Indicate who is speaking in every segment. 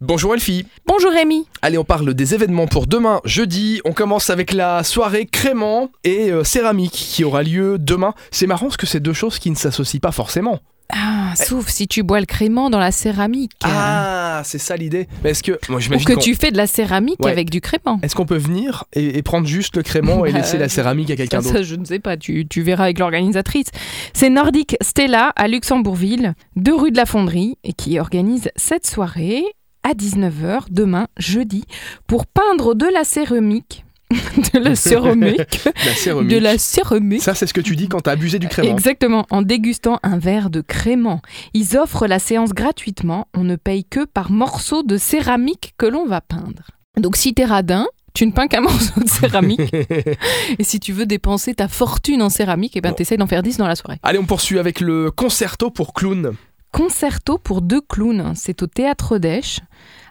Speaker 1: Bonjour Elfie.
Speaker 2: Bonjour Rémi.
Speaker 1: Allez, on parle des événements pour demain, jeudi. On commence avec la soirée crément et euh, céramique qui aura lieu demain. C'est marrant parce que c'est deux choses qui ne s'associent pas forcément.
Speaker 2: Ah, sauf si tu bois le crément dans la céramique.
Speaker 1: Ah, c'est ça l'idée. Mais est-ce que moi
Speaker 2: Ou
Speaker 1: j'imagine
Speaker 2: que
Speaker 1: qu'on-
Speaker 2: tu fais de la céramique
Speaker 1: Ouais.
Speaker 2: avec du crément.
Speaker 1: Est-ce qu'on peut venir et, et prendre juste le crément et
Speaker 2: Bah,
Speaker 1: laisser la
Speaker 2: je-
Speaker 1: céramique à quelqu'un
Speaker 2: Ça,
Speaker 1: d'autre
Speaker 2: je ne sais pas, tu, tu verras avec l'organisatrice. C'est Nordic Stella à Luxembourgville, 2 rue de la Fonderie, et qui organise cette soirée à 19h demain, jeudi, pour peindre de la céramique. de la céramique.
Speaker 1: La céramique.
Speaker 2: de la céramique.
Speaker 1: Bah, Ça, c'est ce que tu dis quand t'as abusé du crément.
Speaker 2: Exactement, en dégustant un verre de crément. Ils offrent la séance gratuitement, on ne paye que par morceau de céramique que l'on va peindre. Donc si t'es radin, tu ne peins qu'un morceau de céramique. et si tu veux dépenser ta fortune en céramique, eh ben,
Speaker 1: Bon.
Speaker 2: t'essayes d'en faire 10 dans la soirée.
Speaker 1: Allez, on poursuit avec le concerto pour clown.
Speaker 2: Concerto pour deux clowns, c'est au Théâtre d'Esch.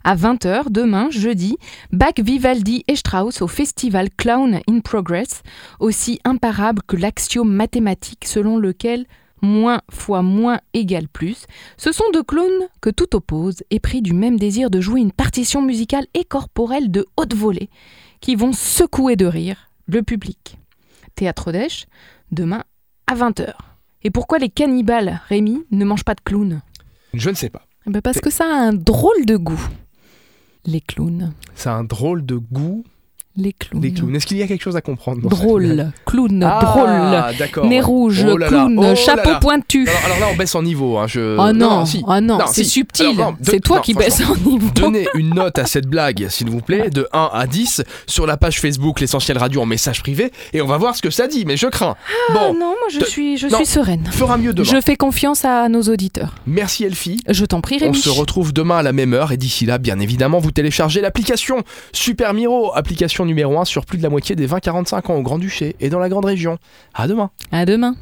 Speaker 2: À 20h, demain, jeudi, Bach, Vivaldi et Strauss au festival Clown in Progress, aussi imparable que l'axiome mathématique selon lequel moins fois moins égale plus. Ce sont deux clowns que tout oppose et pris du même désir de jouer une partition musicale et corporelle de haute volée qui vont secouer de rire le public. Théâtre d'Esch, demain à 20h. Et pourquoi les cannibales, Rémi, ne mangent pas de clowns
Speaker 1: Je ne sais pas.
Speaker 2: Eh ben Parce que ça a un drôle de goût. Les clowns.
Speaker 1: Ça a un drôle de goût
Speaker 2: Les clowns.
Speaker 1: des clowns. Est-ce qu'il y a quelque chose à comprendre dans cette blague
Speaker 2: Drôle. Clown,
Speaker 1: Ah,
Speaker 2: drôle.
Speaker 1: d'accord.
Speaker 2: Nez
Speaker 1: ouais.
Speaker 2: rouge,
Speaker 1: Oh là là,
Speaker 2: clown,
Speaker 1: oh là
Speaker 2: chapeau
Speaker 1: là.
Speaker 2: pointu.
Speaker 1: Alors, alors là, on baisse en niveau. hein, je...
Speaker 2: oh non,
Speaker 1: si.
Speaker 2: oh non,
Speaker 1: Non,
Speaker 2: c'est
Speaker 1: si.
Speaker 2: subtil.
Speaker 1: Alors non, de-
Speaker 2: c'est toi
Speaker 1: non,
Speaker 2: qui baisse en niveau.
Speaker 1: Donnez une note à cette blague, s'il vous plaît, de 1 à 10 sur la page Facebook L'essentiel radio en message privé et on va voir ce que ça dit, mais je crains.
Speaker 2: Ah
Speaker 1: Bon,
Speaker 2: non, moi je
Speaker 1: de-
Speaker 2: suis, je
Speaker 1: non.
Speaker 2: suis sereine.
Speaker 1: fera mieux demain.
Speaker 2: Je fais confiance à nos auditeurs.
Speaker 1: Merci Elfie.
Speaker 2: Je t'en prie,
Speaker 1: On
Speaker 2: Rémi.
Speaker 1: se retrouve demain à la même heure et d'ici là, bien évidemment, vous téléchargez l'application Super Miro, application numéro 1 sur plus de la moitié des 20-45 ans au Grand-Duché et dans la Grande Région. À demain.
Speaker 2: À demain.